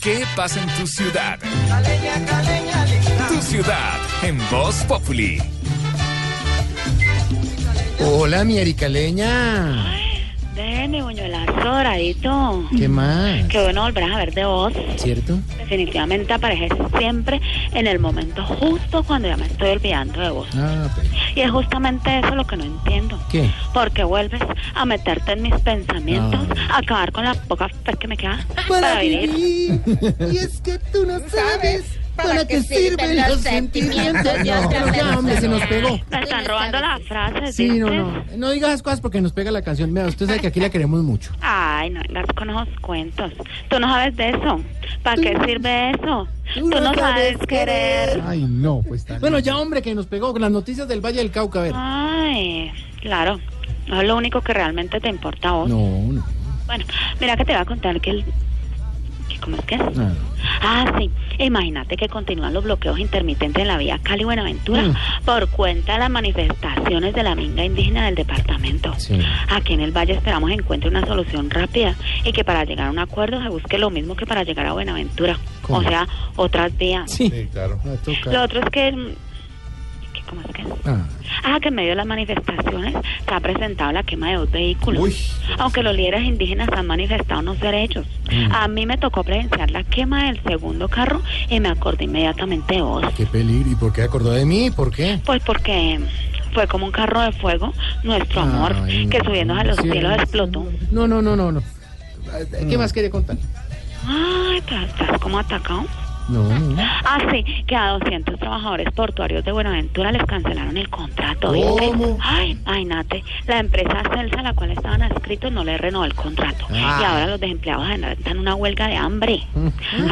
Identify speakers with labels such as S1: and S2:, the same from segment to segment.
S1: ¿Qué pasa en tu ciudad? Tu ciudad en Voz Populi.
S2: Hola, mi ericaleña.
S3: Déjeme, buñuelazo doradito.
S2: ¿Qué más?
S3: Qué bueno volverás a ver de vos.
S2: ¿Cierto?
S3: Definitivamente apareces siempre en el momento justo cuando ya me estoy olvidando de vos.
S2: Ah, pero
S3: Y es justamente eso lo que no entiendo.
S2: ¿Qué?
S3: Porque vuelves a meterte en mis pensamientos,
S2: Ah.
S3: a acabar con la poca fe que me queda
S2: Pues,
S3: para vivir.
S2: y es que tú no sabes para qué sirven los sentimientos. No, pero ya, hombre, se nos pegó.
S3: Me están robando las frases,
S2: Sí, no,
S3: ¿viste?
S2: no. No digas esas cosas porque nos pega la canción. Mira, usted sabe que aquí la queremos mucho.
S3: Ay, no vengas con esos cuentos. Tú no sabes de eso. ¿Para qué sirve eso? Tú no sabes querer.
S2: Ay, no, pues está. Bueno, ya, hombre, que nos pegó con las noticias del Valle del Cauca, a ver.
S3: Ay, claro. No es lo único que realmente te importa a vos.
S2: No, no.
S3: Bueno, mira que te voy a contar que el... que ¿Cómo es que es?
S2: no.
S3: Ah, sí. Imagínate que continúan los bloqueos intermitentes en la vía Cali-Buenaventura
S2: Mm.
S3: por cuenta de las manifestaciones de la minga indígena del departamento.
S2: Sí.
S3: Aquí en el Valle esperamos encuentre una solución rápida y que para llegar a un acuerdo se busque lo mismo que para llegar a Buenaventura.
S2: ¿Cómo?
S3: O sea, otras vías.
S2: Sí, claro.
S3: Lo otro es que... mm, que ¿Cómo es que es?
S2: Ah,
S3: Ah, que en medio de las manifestaciones se ha presentado la quema de dos vehículos.
S2: Uy.
S3: Aunque los líderes indígenas han manifestado unos derechos.
S2: Mm.
S3: A mí me tocó presenciar la quema del segundo carro y me acordé inmediatamente de vos.
S2: qué peligro. ¿Y por qué acordó de mí? ¿Por qué?
S3: Pues porque fue como un carro de fuego, nuestro amor,
S2: Ay,
S3: que
S2: no.
S3: subiéndose a los
S2: Sí,
S3: cielos
S2: sí.
S3: explotó.
S2: No, no, no, no, no. ¿Qué más quería contar?
S3: Ay, pero estás como atacado.
S2: No, no.
S3: Ah, sí, que a 200 trabajadores portuarios de Buenaventura les cancelaron el contrato. ¿viste?
S2: ¿Cómo?
S3: Ay, ay, Nate, la empresa Celsa a la cual estaban adscritos no les renovó el contrato.
S2: Ah.
S3: Y ahora los desempleados están una huelga de hambre.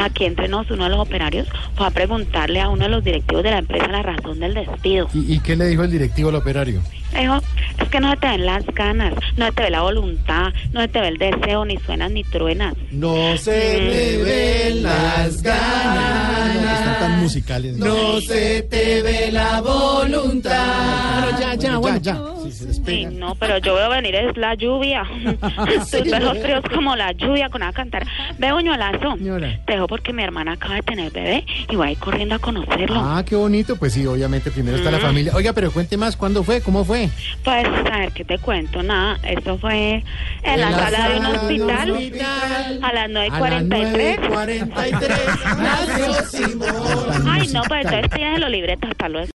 S3: Aquí entre nos, uno de los operarios fue a preguntarle a uno de los directivos de la empresa la razón del despido.
S2: ¿Y, y qué le dijo el directivo al operario?
S3: Le Dijo, es que no se te ven las ganas, no se te ve la voluntad, no se te ve el deseo, ni suenas ni truenas.
S2: No se te ven las ganas. Están tan musicales. No se te ve la voluntad. Bueno, ya, ya, bueno. Ya, ya. Sí, se
S3: Sí,
S2: despega.
S3: no, pero yo veo venir es la lluvia.
S2: Sí,
S3: Tus
S2: ¿no?
S3: besos fríos como la lluvia con a cantar. Ve, Uñolazo.
S2: Señora.
S3: Te dejo porque mi hermana acaba de tener bebé y voy a ir corriendo a conocerlo.
S2: Ah, qué bonito. Pues sí, obviamente primero está la familia. Oiga, pero cuente más, ¿cuándo fue? ¿Cómo fue?
S3: Pues, a ver, ¿qué te cuento? Nada, eso fue en la,
S2: En
S3: sala, de un
S2: sala
S3: hospital,
S2: hospital.
S3: a las
S2: A
S3: 9.43.
S2: las 9.43. Nació Simón.
S3: pues, Ay, no, pues entonces pídese los libretos para luego.